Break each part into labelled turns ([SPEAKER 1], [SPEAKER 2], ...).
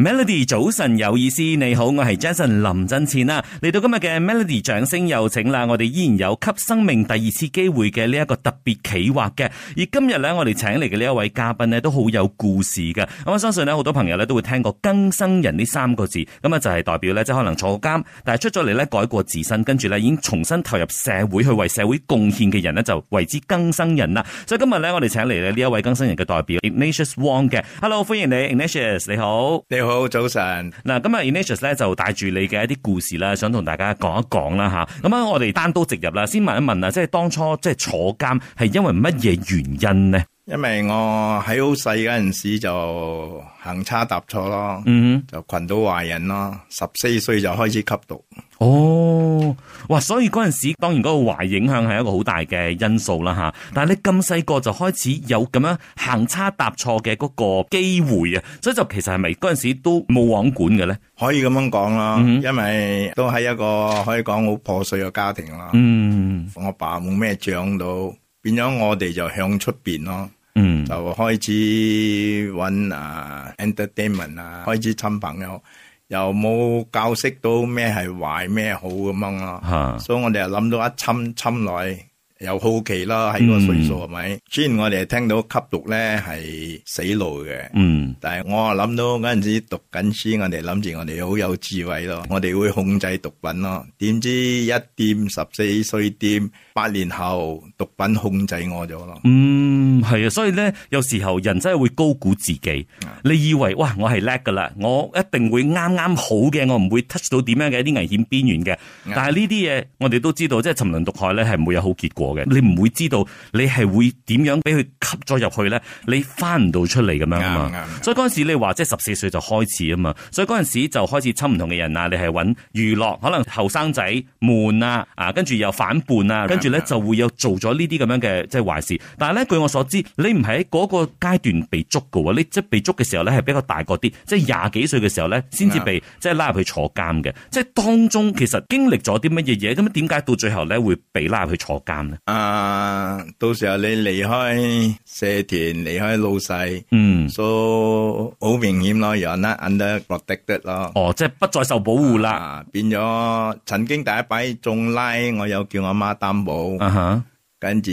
[SPEAKER 1] Melody 早晨有意思，你好，我係 Jason 林振前啦。嚟到今日嘅 Melody 掌聲有請啦，我哋依然有給生命第二次機會嘅呢一個特別企劃嘅。而今日咧，我哋請嚟嘅呢一位嘉賓咧，都好有故事嘅。咁我相信咧，好多朋友咧都會聽過更生人呢三個字，咁啊就係代表咧，即係可能坐過監，但係出咗嚟咧改過自身，跟住咧已經重新投入社會去為社會貢獻嘅人咧，就為之更生人啦。所以今日咧，我哋請嚟咧呢一位更生人嘅代表 Ignatius Wong 嘅。Hello，歡迎你，Ignatius，你好。
[SPEAKER 2] 你好，早晨。
[SPEAKER 1] 嗱，今日 Ignatius 咧就帶住你嘅一啲故事啦，想同大家講一講啦吓，咁啊，我哋單刀直入啦，先問一問啊，即係當初即係坐監係因為乜嘢原因呢？
[SPEAKER 2] 因為我喺好細嗰陣時就行差踏錯咯，
[SPEAKER 1] 嗯
[SPEAKER 2] 就群到壞人咯。十四歲就開始吸毒，
[SPEAKER 1] 哼，哦，哇！所以嗰陣時當然嗰個壞影響係一個好大嘅因素啦吓，但係你咁細個就開始有咁樣行差踏錯嘅嗰個機會啊，所以就其實係咪嗰陣時都冇網管嘅咧？
[SPEAKER 2] 可以咁樣講咯。
[SPEAKER 1] 嗯
[SPEAKER 2] 因為都喺一個可以講好破碎嘅家庭啦。
[SPEAKER 1] 嗯
[SPEAKER 2] 我爸冇咩長到，變咗我哋就向出邊咯，
[SPEAKER 1] 嗯
[SPEAKER 2] 就開始揾啊 entertainment 啊，開始親朋友，又冇教識到咩係壞咩好咁樣咯。
[SPEAKER 1] 吓，
[SPEAKER 2] 所以我哋又諗到一侵侵來又好奇啦，喺
[SPEAKER 1] 嗯
[SPEAKER 2] 個歲數係咪？雖然我哋聽到吸毒咧係死路嘅，
[SPEAKER 1] 嗯
[SPEAKER 2] 但係我又諗到嗰陣時讀緊書，我哋諗住我哋好有智慧咯，我哋會控制毒品咯。點知一掂十四歲掂，八年後毒品控制我咗咯。
[SPEAKER 1] 嗯，係啊，所以咧，有時候人真係會高估自己。
[SPEAKER 2] 啊
[SPEAKER 1] 你以為哇，我係叻噶啦，我一定會啱啱好嘅，我唔會 touch 到點樣嘅一啲危險邊緣嘅。
[SPEAKER 2] 啊
[SPEAKER 1] 但係呢啲嘢，我哋都知道，即係沉淪毒海咧，係唔會有好結果嘅。你唔會知道你係會點樣俾佢吸咗入去咧，你翻唔到出嚟咁樣啊嘛。
[SPEAKER 2] 啱啱
[SPEAKER 1] 所以嗰陣時你話即係十四歲就開始啊嘛，所以嗰陣時就開始侵唔同嘅人啊，你係揾娛樂，可能後生仔悶啊，啊跟住又反叛啊，跟住咧就會有做咗呢啲咁樣嘅即係壞事。但係咧據我所知，你唔係喺嗰個階段被捉嘅喎，你即係被捉嘅時候咧係比較大個啲，即係廿幾歲嘅時候咧先至被即係拉入去坐監嘅。即係當中其實經歷咗啲乜嘢嘢，咁點解到最後咧會被拉入去坐監咧？
[SPEAKER 2] 啊，到時候你離開社團，離開老細，
[SPEAKER 1] 嗯，
[SPEAKER 2] 所以好明顯咯，you're not under protected 咯。
[SPEAKER 1] 哦，即係不再受保護啦，
[SPEAKER 2] 啊，變咗曾經第一擺仲拉，我有叫我媽擔保，
[SPEAKER 1] 啊哈，
[SPEAKER 2] 跟住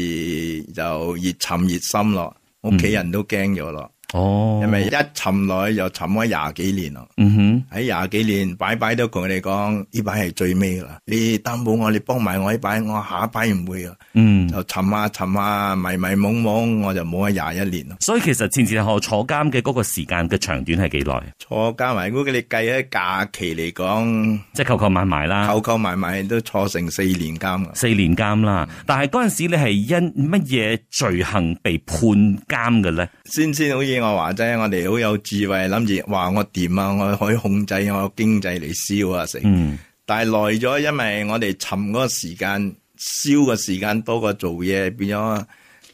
[SPEAKER 2] 就熱沉熱心咯，屋企人都驚咗咯，
[SPEAKER 1] 哦，
[SPEAKER 2] 因為一沉落去就沉咗廿幾年咯。
[SPEAKER 1] 嗯哼。
[SPEAKER 2] 喺廿幾年擺擺都同佢哋講，呢擺係最尾㗎啦，你擔保我，你幫埋我呢擺，我下一擺唔會啊，
[SPEAKER 1] 嗯，
[SPEAKER 2] 就沉下沉下，迷迷懵懵，我就冇咗廿一年咯。
[SPEAKER 1] 所以其實前前後後坐監嘅嗰個時間嘅長短係幾耐？
[SPEAKER 2] 坐加埋，如果你計喺假期嚟講，
[SPEAKER 1] 即係扣扣買埋啦，
[SPEAKER 2] 扣扣埋埋都坐成四年監㗎。
[SPEAKER 1] 四年監啦。但係嗰陣時你係因乜嘢罪行被判監嘅咧？
[SPEAKER 2] 先先好似我話齋，我哋好有智慧，諗住話我掂啊，我可以控制我經濟嚟燒啊成。
[SPEAKER 1] 嗯
[SPEAKER 2] 但係耐咗，因為我哋沉嗰個時間，燒嘅時間多過做嘢，變咗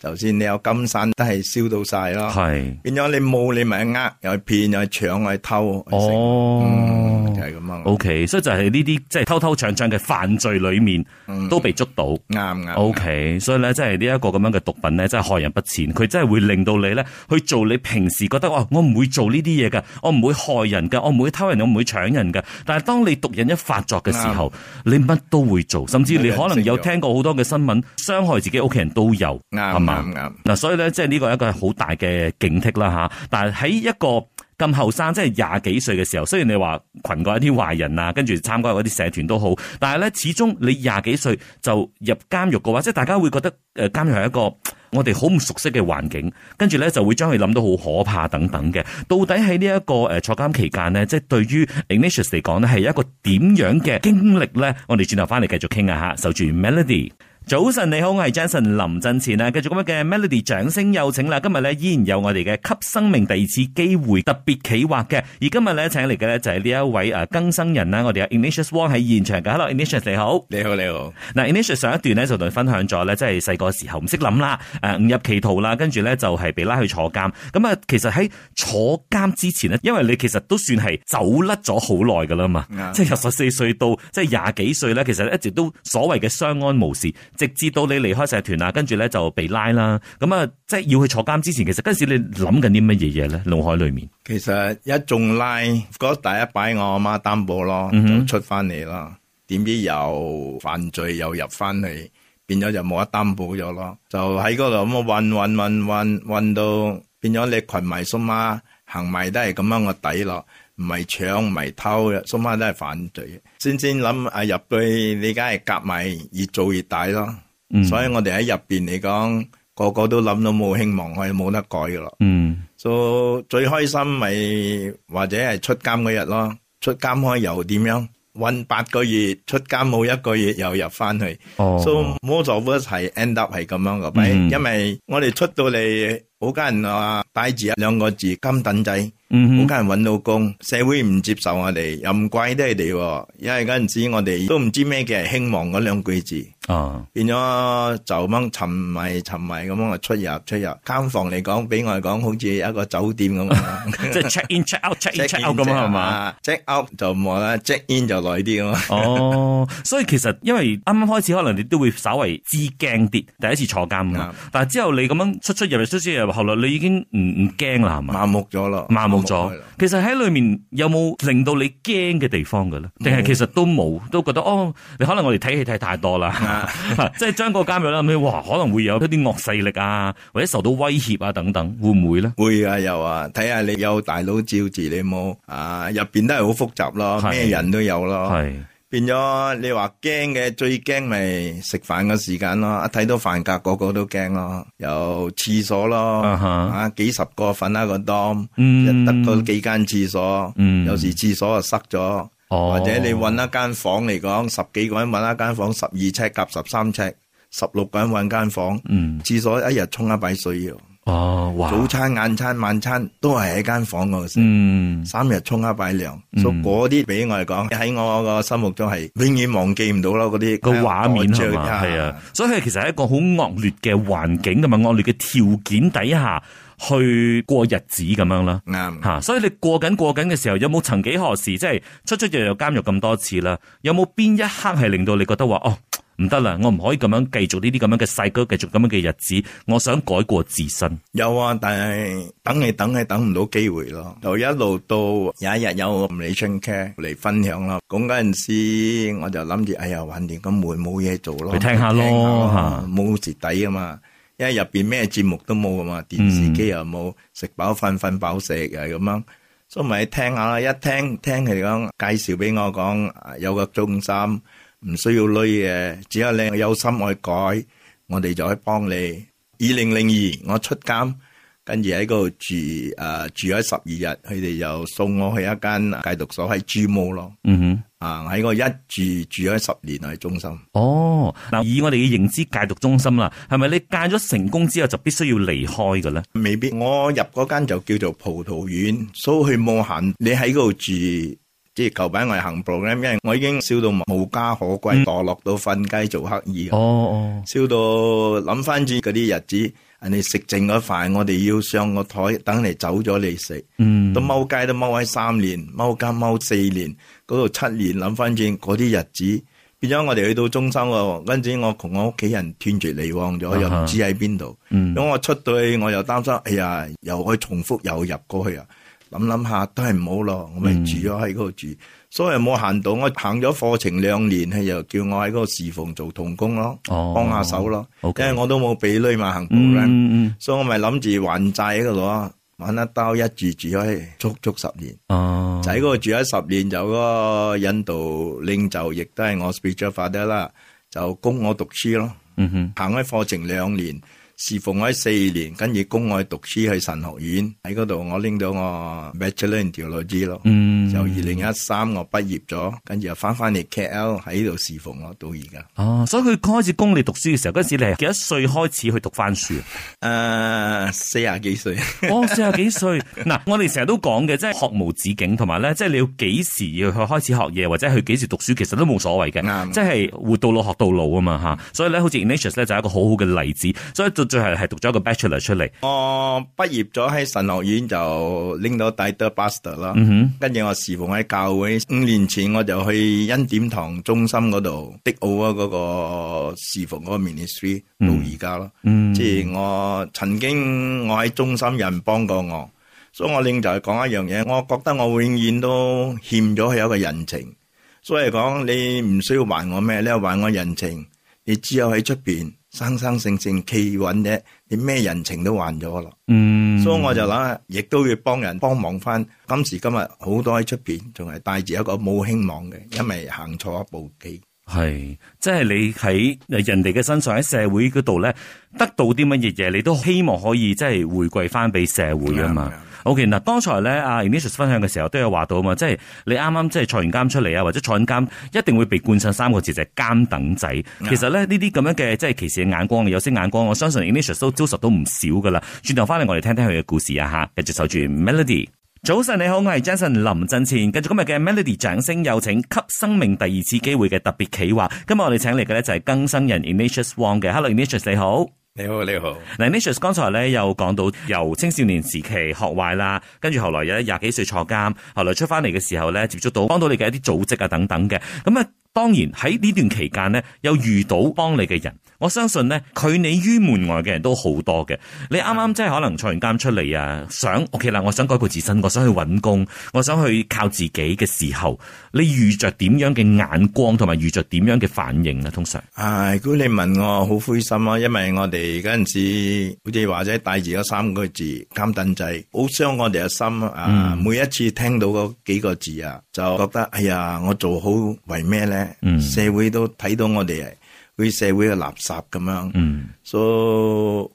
[SPEAKER 2] 頭先你有金山都係燒到晒咯。
[SPEAKER 1] 係
[SPEAKER 2] 變咗你冇，你咪呃，又去騙，又去搶，又去偷。去食
[SPEAKER 1] 哦
[SPEAKER 2] 嗯就係咁樣。
[SPEAKER 1] ，OK，所以就係呢啲即係偷偷搶搶嘅犯罪裏面
[SPEAKER 2] 嗯
[SPEAKER 1] 都被捉到。
[SPEAKER 2] 啱啱。
[SPEAKER 1] O、k 所以咧，即係呢一個咁樣嘅毒品咧，真係害人不淺。佢真係會令到你咧去做你平時覺得哦，我唔會做呢啲嘢嘅，我唔會害人嘅，我唔會偷人，我唔會搶人嘅。但係當你毒癮一發作嘅時候，
[SPEAKER 2] 嗯
[SPEAKER 1] 你乜都會做，甚至你可能有聽過好多嘅新聞，傷害自己屋企人都有，
[SPEAKER 2] 啱啱啱。
[SPEAKER 1] 嗱，所以咧，即係呢個係一個好大嘅警惕啦吓。但係喺一個咁後生，即係廿幾歲嘅時候，雖然你話群過一啲壞人啊，跟住參加嗰啲社團都好，但係咧，始終你廿幾歲就入監獄嘅話，即係大家會覺得誒監獄係一個我哋好唔熟悉嘅環境，跟住咧就會將佢諗到好可怕等等嘅。到底喺呢一個誒坐監期間呢，即係對於 Ignatius 嚟講呢，係一個點樣嘅經歷咧？我哋轉頭翻嚟繼續傾下吓，守住 Melody。早晨，你好，我係 Jason 林振前啊，繼續今日嘅 Melody 掌聲有請啦。今日咧依然有我哋嘅給生命第二次機會特別企劃嘅，而今日咧請嚟嘅咧就係呢一位誒呃更生人啊啦，我哋嘅 Ignatius Wong 喺現場嘅。Hello，Ignatius 你好。
[SPEAKER 2] 你好，你好。
[SPEAKER 1] 嗱，Ignatius 上一段咧就同你分享咗咧，即係細個時候唔識諗啦，誒誤入歧途啦，跟住咧就係被拉去坐監。咁啊，其實喺坐監之前咧，因為你其實都算係走甩咗好耐噶啦嘛，
[SPEAKER 2] 啱
[SPEAKER 1] 即係由十四歲到即係廿幾歲咧，其實一直都所謂嘅相安無事。直至到你離開社團啦，跟住咧就被拉啦。咁啊，即係要去坐監之前，其實嗰陣時你諗緊啲乜嘢嘢咧？腦海裡面
[SPEAKER 2] 其實一中拉嗰第一擺我阿媽擔保咯，
[SPEAKER 1] 嗯哼
[SPEAKER 2] 就出翻嚟啦。點知又犯罪又入翻嚟，變咗就冇得擔保咗咯。就喺嗰度咁啊混混混混混到變咗你群埋蘇媽行埋都係咁樣個底咯，唔係搶唔係偷，蘇媽都係犯罪。先先諗啊入去你梗係夾埋越做越大咯。
[SPEAKER 1] 嗯
[SPEAKER 2] 所以我哋喺入邊嚟講，個個都諗到冇希望，可以冇得改噶咯。
[SPEAKER 1] 嗯
[SPEAKER 2] 就最開心咪或者係出監嗰日咯，出監開又點樣？韞八個月，出監冇一個月又入翻去，
[SPEAKER 1] 哦，
[SPEAKER 2] so most of us 係 end up 係咁樣個咪，
[SPEAKER 1] 嗯
[SPEAKER 2] 因為我哋出到嚟好家人話帶住兩個字金等仔，好
[SPEAKER 1] 嗯哼
[SPEAKER 2] 家人揾老公，社會唔接受我哋，又唔怪得你哋喎，因為嗰陣時我哋都唔知咩叫係興旺嗰兩句字。
[SPEAKER 1] 啊
[SPEAKER 2] 變咗就咁樣沉迷沉迷咁樣出入出入，間房嚟講，俾我嚟講好似一個酒店咁啊
[SPEAKER 1] 即係 check in check out check in
[SPEAKER 2] ，check
[SPEAKER 1] check
[SPEAKER 2] in
[SPEAKER 1] out 咁啊，係嘛？
[SPEAKER 2] 嘛？check out 就冇啦，check in 就耐 啲咁啊。
[SPEAKER 1] 哦，所以其實因為啱啱開始，可能你都會稍為知驚啲，第一次坐監嘛。但係之後你咁樣出出入入出出入入，後來你已經唔唔驚啦，係嘛？
[SPEAKER 2] 麻木咗咯，
[SPEAKER 1] 麻木咗
[SPEAKER 2] 啦。
[SPEAKER 1] 其實喺裏面有冇令到你驚嘅地方嘅咧？定係其實都冇，都覺得哦，你可能我哋睇戲睇太多啦， 即係將個監獄啦，咁哇可能會有一啲惡勢力啊，或者受到威脅啊等等，會唔會咧？
[SPEAKER 2] 會啊，又啊，睇下你有大佬照住你冇啊，入邊都係好複雜咯，
[SPEAKER 1] 係
[SPEAKER 2] 咩人都有咯。
[SPEAKER 1] 係
[SPEAKER 2] 變咗你話驚嘅，最驚咪食飯嘅時間咯，啊一睇到飯格個個都驚咯，又廁所咯，
[SPEAKER 1] 啊哈
[SPEAKER 2] 啊幾十個瞓一個 dom。
[SPEAKER 1] 嗯，
[SPEAKER 2] 得嗰幾間廁所，
[SPEAKER 1] 嗯
[SPEAKER 2] 有時廁所啊塞咗，
[SPEAKER 1] 哦
[SPEAKER 2] 或者你揾一間房嚟講，十幾個人揾一間房，十二尺夾十三尺，十六個人揾間房，
[SPEAKER 1] 嗯
[SPEAKER 2] 廁所一日沖一擺水要，
[SPEAKER 1] 哦哇
[SPEAKER 2] 早餐、晏餐、晚餐都係喺間房嗰度食。
[SPEAKER 1] 嗯
[SPEAKER 2] 三日沖一擺涼，
[SPEAKER 1] 嗯
[SPEAKER 2] 所以嗰啲俾我嚟講，喺我個心目中係永遠忘記唔到咯。嗰啲
[SPEAKER 1] 個畫面
[SPEAKER 2] 係
[SPEAKER 1] 係嘛？係啊，，所以其實係一個好惡劣嘅環境同埋惡劣嘅條件底下去過日子咁樣啦。
[SPEAKER 2] 啱。
[SPEAKER 1] 吓、所以你過緊過緊嘅時候，有冇曾幾何時即係出出入入監獄咁多次啦？有冇邊一刻係令到你覺得話哦唔得啦，我唔可以咁樣繼續呢啲咁樣嘅細個，繼續咁樣嘅日子，我想改過自身。
[SPEAKER 2] 有啊，但係等你等係等唔到機會咯，就一路到有一日有唔理 n care 嚟分享啦。咁嗰陣時我就諗住，哎呀，橫掂咁悶冇嘢做咯，
[SPEAKER 1] 去聽下咯
[SPEAKER 2] 聽
[SPEAKER 1] 嚇
[SPEAKER 2] 冇蝕底啊嘛。因為入邊咩節目都冇啊嘛，電視機又冇，食飽瞓瞓飽食又係咁樣，所以咪聽下啦。一聽聽佢哋講介紹俾我講，啊有個中心唔需要累嘅，只有你有心去改，我哋就可以幫你。二零零二我出監，跟住喺嗰度住誒、呃住咗十二日，佢哋又送我去一間戒毒所喺珠母咯。
[SPEAKER 1] 嗯哼。
[SPEAKER 2] 啊！喺我一住住咗十年喺中心，
[SPEAKER 1] 哦，嗱，以我哋嘅認知戒毒中心啦，係咪你戒咗成功之後就必須要離開嘅咧？
[SPEAKER 2] 未必我入嗰間就叫做葡萄園，所以佢冇限你喺嗰度住。即係舊版我係行 program，因為我已經燒到無家可
[SPEAKER 1] 嗯
[SPEAKER 2] 歸，墮落到瞓雞做乞
[SPEAKER 1] 哦
[SPEAKER 2] 兒。
[SPEAKER 1] 哦，
[SPEAKER 2] 燒到諗翻轉嗰啲日子，人哋食剩嗰飯，我哋要上個台等你走咗你食，
[SPEAKER 1] 嗯
[SPEAKER 2] 都踎街都踎喺三年，踎街踎四年，嗰度七年諗翻轉嗰啲日子，變咗我哋去到中心喎，跟住我同我屋企人斷絕嚟往咗，又
[SPEAKER 1] 啊哈
[SPEAKER 2] 唔知喺邊度。
[SPEAKER 1] 嗯
[SPEAKER 2] 咁我出到去我又擔心，哎呀，又可以重複又入過去啊！諗諗下都係唔好咯，我咪
[SPEAKER 1] 嗯
[SPEAKER 2] 住咗喺嗰度住，所以冇行到。我行咗課程兩年，佢又叫我喺嗰個侍奉做童工咯，
[SPEAKER 1] 哦
[SPEAKER 2] 幫下手咯。
[SPEAKER 1] OK
[SPEAKER 2] 因為我都冇俾女嘛行步
[SPEAKER 1] 嗯
[SPEAKER 2] 啦，
[SPEAKER 1] 嗯
[SPEAKER 2] 所以我咪諗住還債嗰度咯，玩一刀一住住咗足足十年。
[SPEAKER 1] 嗯，哦，
[SPEAKER 2] 就喺嗰度住咗十年，就嗰個印度領袖亦都係我 spiritual father 啦，就供我讀書咯。
[SPEAKER 1] 嗯哼，
[SPEAKER 2] 行開課程兩年，侍奉我喺四年，跟住供我去讀書去神學院，喺嗰度我拎到我 Bachelor in Theology 咯。
[SPEAKER 1] 嗯，
[SPEAKER 2] 就二零一三我畢業咗，跟住又翻翻嚟 KL 喺度侍奉我到而家。
[SPEAKER 1] 哦，所以佢開始供你讀書嘅時候，嗰陣時你係幾多歲開始去讀翻 書啊？
[SPEAKER 2] 誒啊四廿幾歲，
[SPEAKER 1] 哦，四十幾歲嗱，我哋成日都講嘅，即係學無止境，同埋咧，即係你要幾時要去開始學嘢，或者去幾時讀書，其實都冇所謂嘅，
[SPEAKER 2] 啱
[SPEAKER 1] 即係活到老學到老啊嘛嚇。所以咧，好似 Ignatius 咧就係一個好好嘅例子。所以就最後係讀咗一個 bachelor 出嚟。
[SPEAKER 2] 我畢業咗喺神學院就拎到大 d Buster 啦，
[SPEAKER 1] 嗯哼，
[SPEAKER 2] 跟住我侍奉喺教會。五年前我就去恩典堂中心嗰度的奧啊嗰個侍奉嗰個 ministry 到而家咯。
[SPEAKER 1] 嗯，
[SPEAKER 2] 即係我曾經我喺中心有人幫過我，所以我領袖講一樣嘢，我覺得我永遠都欠咗佢一個人情，所以講你唔需要還我咩咧，還我人情，你只有喺出邊生生性性企穩啫，你咩人情都還咗咯。
[SPEAKER 1] 嗯，
[SPEAKER 2] 所以我就諗，亦都要幫人幫忙翻。今時今日好多喺出邊仲係帶住一個冇希望嘅，因為行錯一步棋。
[SPEAKER 1] 係，即係你喺人哋嘅身上喺社會嗰度咧，得到啲乜嘢嘢，你都希望可以即係回饋翻俾社會啊嘛
[SPEAKER 2] 啱啱。
[SPEAKER 1] O.K. 嗱，剛才咧阿 Initius 分享嘅時候都有話到啊嘛，即係你啱啱即係坐完監出嚟啊，或者坐緊監，一定會被冠上三個字就係、監等仔。其實咧呢啲咁樣嘅即係歧視嘅眼光，有色眼光，我相信 Initius 都遭受到唔少噶啦。轉頭翻嚟，我哋聽聽佢嘅故事啊吓，繼續守住 Melody。早晨你好，我係 Jason 林振前，繼續今日嘅 Melody 掌聲有請給生命第二次機會嘅特別企劃。今日我哋請嚟嘅咧就係更生人 Initius Wong 嘅，Hello Initius 你好。
[SPEAKER 2] 你好，你好。
[SPEAKER 1] 嗱，Natius 剛才咧又講到由青少年時期學壞啦，跟住後來有咧廿幾歲坐監，後來出翻嚟嘅時候咧接觸到幫到你嘅一啲組織啊等等嘅，咁啊當然喺呢段期間呢，又遇到幫你嘅人，我相信呢，拒你於門外嘅人都好多嘅。你啱啱即係可能坐完監出嚟啊，想 OK 啦，我想改過自身，我想去揾工，我想去靠自己嘅時候，你遇着點樣嘅眼光同埋遇着點樣嘅反應呢？通常
[SPEAKER 2] 啊！如果你問我，好灰心啊，因為我哋嗰陣時好似話齋帶住嗰三個字監躉仔，好傷我哋嘅心啊！每一次聽到嗰幾個字啊，就覺得哎呀，我做好為咩咧？
[SPEAKER 1] 嗯
[SPEAKER 2] 社會都睇到我哋係好似社會嘅垃圾咁樣，
[SPEAKER 1] 嗯
[SPEAKER 2] 所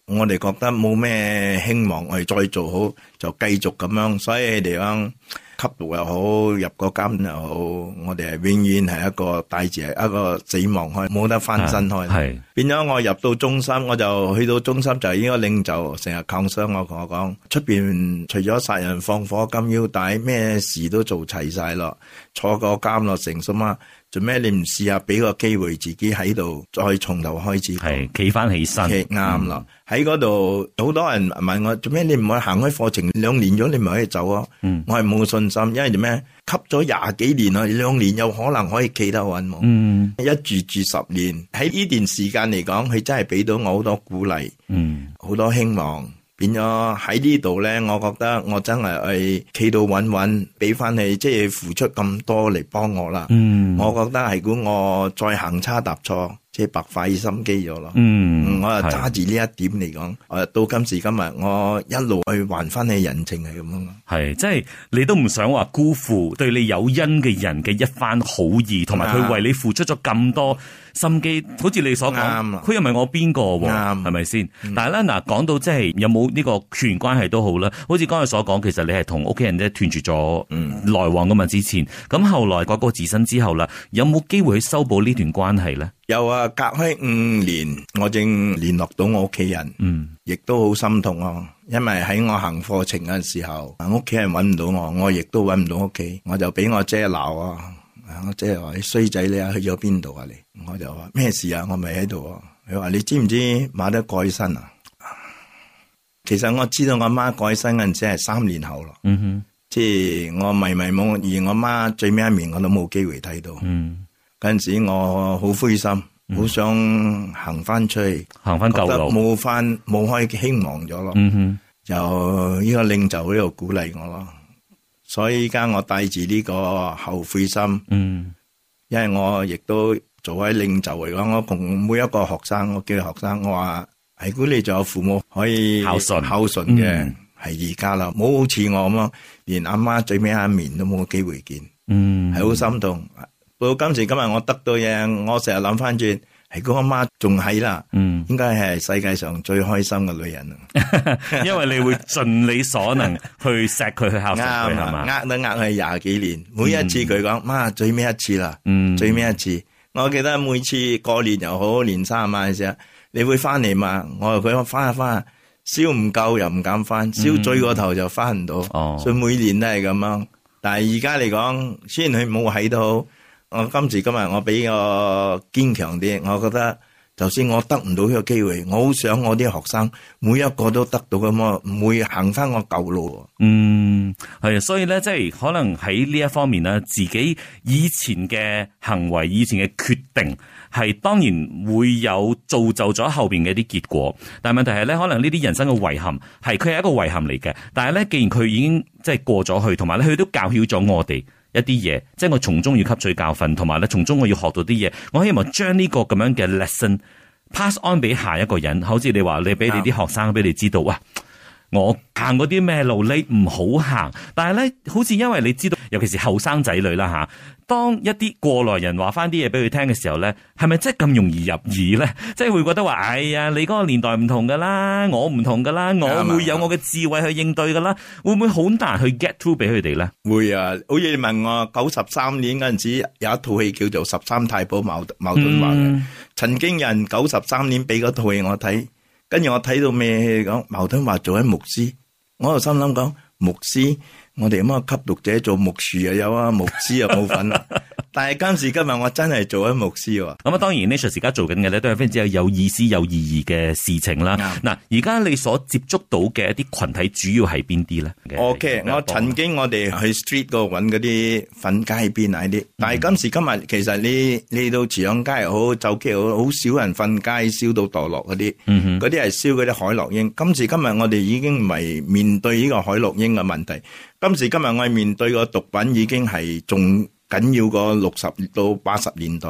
[SPEAKER 2] 以我哋覺得冇咩希望，我哋再做好就繼續咁樣，所以嚟講。吸毒又好，入個監又好，我哋係永遠係一個帶住係一個死亡開，冇得翻身開。
[SPEAKER 1] 啊係
[SPEAKER 2] 變咗我入到中心，我就去到中心就應該領袖成日抗商我同我講，出邊除咗殺人放火金腰帶，咩事都做齊晒咯，坐個監落成心啊！做咩你唔試下俾個機會自己喺度再從頭開始？
[SPEAKER 1] 係企翻起身。
[SPEAKER 2] 嘅啱
[SPEAKER 1] 嗯
[SPEAKER 2] 啦，喺嗰度好多人問我做咩你唔去行開課程兩年咗你咪可以走啊？
[SPEAKER 1] 嗯
[SPEAKER 2] 我係冇信心，因為做咩吸咗廿幾年啦，兩年有可能可以企得穩冇？
[SPEAKER 1] 嗯
[SPEAKER 2] 一住住十年，喺呢段時間嚟講，佢真係俾到我好多鼓勵，
[SPEAKER 1] 嗯。
[SPEAKER 2] 好多希望。變咗喺呢度咧，我覺得我真係去企到穩穩，俾翻你即係付出咁多嚟幫我啦。
[SPEAKER 1] 嗯，
[SPEAKER 2] 我覺得係估我再行差踏錯，即係白費心機咗咯。
[SPEAKER 1] 嗯
[SPEAKER 2] 嗯，我就
[SPEAKER 1] 係
[SPEAKER 2] 揸住呢一點嚟講，我到今時今日，我一路去還翻你人情係咁樣咯。
[SPEAKER 1] 係即係你都唔想話辜負對你有恩嘅人嘅一番好意，同埋佢
[SPEAKER 2] 啱
[SPEAKER 1] 為你付出咗咁多心機，好似你所講，
[SPEAKER 2] 啱啦
[SPEAKER 1] 佢又唔係我邊個喎，
[SPEAKER 2] 啱嗯
[SPEAKER 1] 係咪先？但係咧嗱，講到即係有冇呢個血緣關係都好啦，好似剛才所講，其實你係同屋企人咧斷絕
[SPEAKER 2] 嗯
[SPEAKER 1] 咗來往噶嘛，之前咁後來改過自身之後啦，有冇機會去修補呢段關係咧？
[SPEAKER 2] 又啊，隔開五年，我正聯絡到我屋企人，
[SPEAKER 1] 嗯
[SPEAKER 2] 亦都好心痛咯。因為喺我行課程嗰陣時候，啊屋企人揾唔到我，我亦都揾唔到屋企，我就俾我姐鬧啊。我姐話：你衰仔你啊，去咗邊度啊你？我就話咩事啊？我咪喺度啊。佢話：你知唔知馬德改身啊？其實我知道我媽改身嗰陣時係三年後咯。
[SPEAKER 1] 嗯哼
[SPEAKER 2] 即係我迷迷惘，而我媽最尾一面我都冇機會睇到。
[SPEAKER 1] 嗯，
[SPEAKER 2] 嗰陣時我好灰心，好想行翻出去，
[SPEAKER 1] 行翻
[SPEAKER 2] 覺
[SPEAKER 1] 舊
[SPEAKER 2] 得
[SPEAKER 1] 路，
[SPEAKER 2] 冇翻冇開希望咗咯。
[SPEAKER 1] 嗯哼
[SPEAKER 2] 就呢個領袖喺度鼓勵我咯，所以依家我帶住呢個後悔心，
[SPEAKER 1] 嗯
[SPEAKER 2] 因為我亦都做喺領袖嚟講，我同每一個學生，我叫學生，我話係估你仲有父母可以
[SPEAKER 1] 孝順
[SPEAKER 2] 孝順嘅
[SPEAKER 1] 嗯，
[SPEAKER 2] 係而家啦，冇好似我咁咯，連阿媽最尾一面都冇機會見。
[SPEAKER 1] 嗯，
[SPEAKER 2] 係好心痛。到今時今日，我得到嘢，我成日諗翻轉，係嗰個媽仲喺啦，
[SPEAKER 1] 嗯。
[SPEAKER 2] 應該係世界上最開心嘅女人啊！
[SPEAKER 1] 因為你會盡你所能去錫佢，去孝順
[SPEAKER 2] 啱
[SPEAKER 1] 佢，係
[SPEAKER 2] 啊，
[SPEAKER 1] 嘛？
[SPEAKER 2] 呃都呃佢廿幾年，每一次佢講媽最尾一次啦，
[SPEAKER 1] 嗯，
[SPEAKER 2] 最尾一次。我記得每次過年又好，年三十晚嘅時候，你會翻嚟嘛？我話佢我翻啊翻啊，燒唔夠又唔敢翻，燒醉過頭就翻唔到。
[SPEAKER 1] 嗯哦
[SPEAKER 2] 所以每年都係咁樣。但係而家嚟講，雖然佢冇喺都好，我今時今日我比較堅強啲，我覺得就算我得唔到呢個機會，我好想我啲學生每一個都得到咁啊，唔會行翻我舊路喎。
[SPEAKER 1] 嗯，係啊，所以咧，即係可能喺呢一方面咧，自己以前嘅行為、以前嘅決定，係當然會有造就咗後邊嘅一啲結果。但係問題係咧，可能呢啲人生嘅遺憾係佢係一個遺憾嚟嘅。但係咧，既然佢已經即係過咗去，同埋咧佢都教曉咗我哋一啲嘢，即係我從中要吸取教訓，同埋咧從中我要學到啲嘢。我希望將呢個咁樣嘅 lesson pass on 俾下一個人。好似你話，你俾你啲學生俾你知道，哇！我行嗰啲咩路，你唔好行。但係咧，好似因為你知道，尤其是後生仔女啦吓，當一啲過來人話翻啲嘢俾佢聽嘅時候咧，係咪真係咁容易入耳咧？ 即係會覺得話，哎呀，你嗰個年代唔同噶啦，我唔同噶啦，
[SPEAKER 2] 啊
[SPEAKER 1] 我會有我嘅智慧去應對噶啦，會唔會好難去 get through 俾佢哋咧？
[SPEAKER 2] 會啊，好似你問我九十三年嗰陣時有一套戲叫做《十三太保矛矛盾話》
[SPEAKER 1] 嗯
[SPEAKER 2] 嘅，曾經有人九十三年俾嗰套戲我睇，跟住我睇到咩講矛盾話做緊牧師，我又心諗講牧師，我哋咁啊吸毒者做牧樹又有啊，牧師又冇份啦。但係今時今日我真係做緊牧師喎。
[SPEAKER 1] 咁啊，當然 Nature 而家做緊嘅咧，都係非常之有有意思、有意義嘅事情啦。嗱，而家你所接觸到嘅一啲群體，主要係邊啲咧
[SPEAKER 2] O.K. 我曾經我哋去 street 嗰度揾嗰啲粉街邊啊啲，但係今時今日其實你你到慈養街又好，就記好，好少人瞓街燒到墮落嗰啲，嗰啲係燒嗰啲海洛因。今時今日我哋已經唔係面對呢個海洛因嘅問題，今時今日我哋面對個毒品已經係仲緊要過六十到八十年代。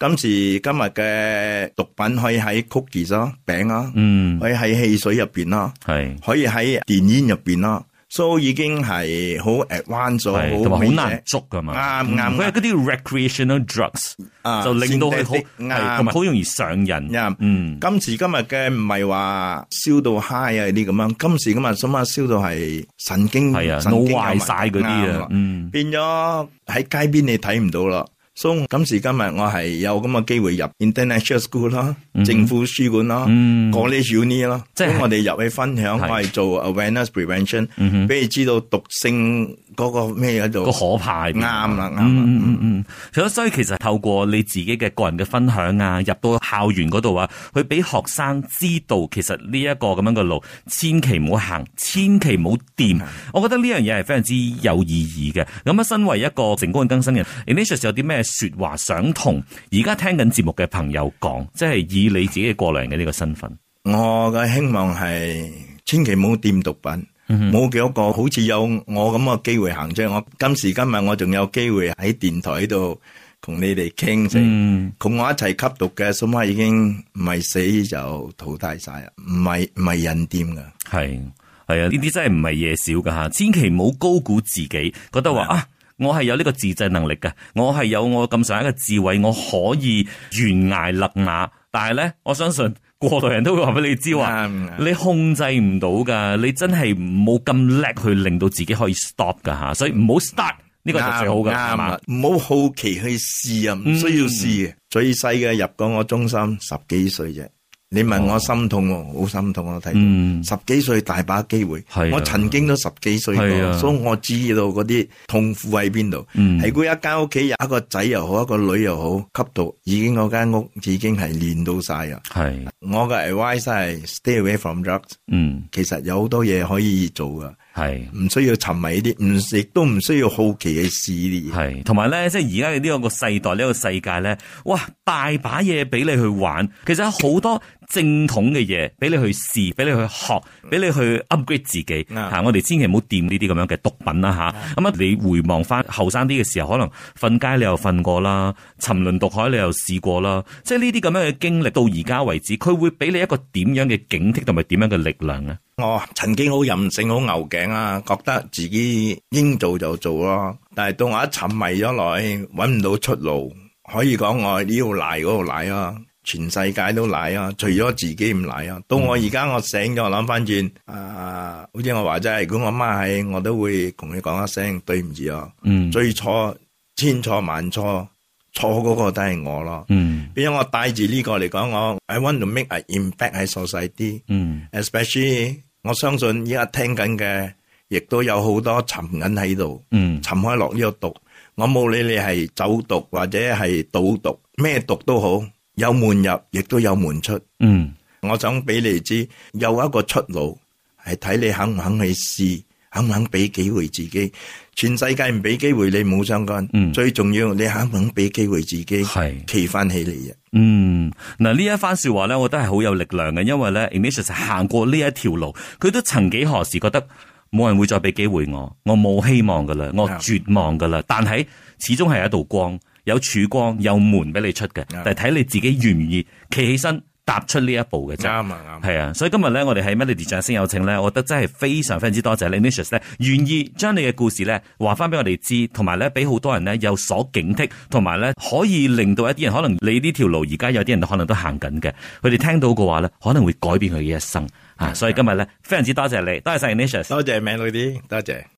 [SPEAKER 2] 今時今日嘅毒品可以喺 cookies 啊、餅啊，
[SPEAKER 1] 嗯，
[SPEAKER 2] 可以喺汽水入邊啦。
[SPEAKER 1] 係。
[SPEAKER 2] 可以喺電煙入邊啦，所以已經係好 advanced 咗，
[SPEAKER 1] 係，同埋
[SPEAKER 2] 好
[SPEAKER 1] 好難捉噶嘛。嗯
[SPEAKER 2] 啱啱
[SPEAKER 1] 佢係嗰啲 recreational drugs，
[SPEAKER 2] 啊
[SPEAKER 1] 就令到佢好
[SPEAKER 2] 先得的
[SPEAKER 1] 係
[SPEAKER 2] 啱
[SPEAKER 1] 同埋好容易上癮。
[SPEAKER 2] 啱
[SPEAKER 1] 嗯，
[SPEAKER 2] 今時今日嘅唔係話燒到 high 啊啲咁樣，今時今日想乜燒到係神經
[SPEAKER 1] 係啊，
[SPEAKER 2] 神
[SPEAKER 1] 腦
[SPEAKER 2] 經有
[SPEAKER 1] 壞晒嗰啲
[SPEAKER 2] 問題啱
[SPEAKER 1] 啊
[SPEAKER 2] 啦，
[SPEAKER 1] 嗯，
[SPEAKER 2] 變咗喺街邊你睇唔到啦。所以今時今日我係有咁嘅機會入 international school 啦，政府書館啦
[SPEAKER 1] 嗯
[SPEAKER 2] ，college uni 啦，
[SPEAKER 1] 即
[SPEAKER 2] 即
[SPEAKER 1] 係
[SPEAKER 2] 係我哋入去分享，
[SPEAKER 1] 係
[SPEAKER 2] 我係做 awareness prevention，俾你知道毒性嗰個咩喺度
[SPEAKER 1] 個。可怕係
[SPEAKER 2] 啱
[SPEAKER 1] 邊
[SPEAKER 2] 啦，啱啦。
[SPEAKER 1] 嗯嗯嗯嗯，所以所以其實透過你自己嘅個人嘅分享啊，入到校園嗰度啊，去俾學生知道其實呢一個咁樣嘅路，千祈唔好行，千祈唔好掂。我覺得呢樣嘢係非常之有意義嘅。咁啊，身為一個成功嘅更生人 i n i t i u s 有啲咩説話想同而家聽緊節目嘅朋友講，即係以你自己嘅過來人嘅呢個身份。
[SPEAKER 2] 我嘅希望係千祈唔好掂毒品，冇幾多個好似有我咁嘅機會行出去。我今時今日我仲有機會喺電台度同你哋傾成，
[SPEAKER 1] 嗯，
[SPEAKER 2] 同我一齊吸毒嘅，數碼已經唔係死就淘汰晒啦，唔係唔係人掂噶。
[SPEAKER 1] 係係啊，呢啲真係唔係嘢少㗎嚇，千祈唔好高估自己，覺得話啊。我係有呢個自制能力嘅，我係有我咁上下嘅智慧，我可以懸崖勒馬。但係咧，我相信過來人都會話俾你知話，
[SPEAKER 2] 啱啱
[SPEAKER 1] 你控制唔到㗎，你真係冇咁叻去令到自己可以 stop 㗎嚇，所以唔好 start 呢個就最好㗎，係
[SPEAKER 2] 啱啊
[SPEAKER 1] 嘛
[SPEAKER 2] 啦？，唔好好奇去試啊，唔需要試嘅。最細嘅入過我中心十幾歲啫，你問我心痛喎，好心痛我
[SPEAKER 1] Ừ.
[SPEAKER 2] 睇
[SPEAKER 1] 嗯
[SPEAKER 2] 到，十幾歲大把機會
[SPEAKER 1] 係啊，
[SPEAKER 2] 我曾經都十幾歲
[SPEAKER 1] 係啊
[SPEAKER 2] 過，所以我知道嗰啲痛苦喺邊度。
[SPEAKER 1] 嗯
[SPEAKER 2] 喺嗰一間屋企有一個仔又好，一個女又好，吸毒已經嗰間屋已經係練到晒啊！
[SPEAKER 1] 係，
[SPEAKER 2] 我嘅 advice 係 stay away from drugs，
[SPEAKER 1] 嗯，
[SPEAKER 2] 其實有好多嘢可以做噶，
[SPEAKER 1] 係。
[SPEAKER 2] 唔需要沉迷呢啲，唔亦都唔需要好奇去試呢啲嘢。
[SPEAKER 1] 係，同埋咧，即係而家呢個世代，呢、個世界咧，哇，大把嘢俾你去玩，其實有好多正統嘅嘢俾你去試，俾你去學，
[SPEAKER 2] 嗯
[SPEAKER 1] 俾你去 upgrade 自己嚇、
[SPEAKER 2] 啱
[SPEAKER 1] 我哋千祈唔好掂呢啲咁樣嘅毒品啦吓，咁啊，你回望翻後生啲嘅時候，可能瞓街你又瞓過啦，沉淪毒海你又試過啦，即係呢啲咁樣嘅經歷到而家為止，佢會俾你一個點樣嘅警惕同埋點樣嘅力量咧？
[SPEAKER 2] 我哦曾經好任性、好牛頸啊，覺得自己應做就做咯。但係到我一沉迷咗落去，揾唔到出路，可以講我呢度賴嗰度賴啊，全世界都賴啊，除咗自己唔賴啊。到我而家我醒咗，我諗翻轉啊，好似我話齋，如果我媽喺，我都會同佢講一聲對唔住啊。
[SPEAKER 1] 嗯
[SPEAKER 2] 最錯千錯萬錯，錯嗰個都係我咯。
[SPEAKER 1] 嗯
[SPEAKER 2] 變咗我帶住呢個嚟講，我 I want to make an impact 喺 society。
[SPEAKER 1] 嗯
[SPEAKER 2] especially 我相信依家聽緊嘅，亦都有好多沉緊喺度，
[SPEAKER 1] 嗯
[SPEAKER 2] 沉開落呢個毒。我冇理你係走毒或者係賭毒，咩毒都好，有門入，亦都有門出。
[SPEAKER 1] 嗯
[SPEAKER 2] 我想俾你知，有一個出路係睇你肯唔肯去試，肯唔肯俾機會自己。全世界唔俾機會你冇相干，
[SPEAKER 1] 嗯
[SPEAKER 2] 最重要你肯唔肯俾機會自己，
[SPEAKER 1] 係
[SPEAKER 2] 企翻起嚟嘅。
[SPEAKER 1] 嗯，嗱呢一番說話咧，我覺得係好有力量嘅，因為咧 Ignatius 行過呢一條路，佢都曾幾何時覺得冇人會再俾機會我，我冇希望噶啦，我
[SPEAKER 2] 啊
[SPEAKER 1] 絕望噶啦，但係始終係有一道光，有曙光，有門俾你出嘅，
[SPEAKER 2] 啊
[SPEAKER 1] 但係睇你自己願唔願意企起身踏出呢一步嘅啫。
[SPEAKER 2] 啱啊啱。
[SPEAKER 1] 係啊，所以今日咧，我哋喺 Melody 掌聲有請咧，我覺得真係非常非常之多謝你 Ignatius 咧，願意將你嘅故事咧話翻俾我哋知，同埋咧俾好多人咧有所警惕，同埋咧可以令到一啲人可能你呢條路而家有啲人可能都行緊嘅，佢哋聽到嘅話咧，可能會改變佢嘅一生啊！所以今日咧非常之多謝你，多謝晒 Ignatius。
[SPEAKER 2] 多謝 Melody，多謝。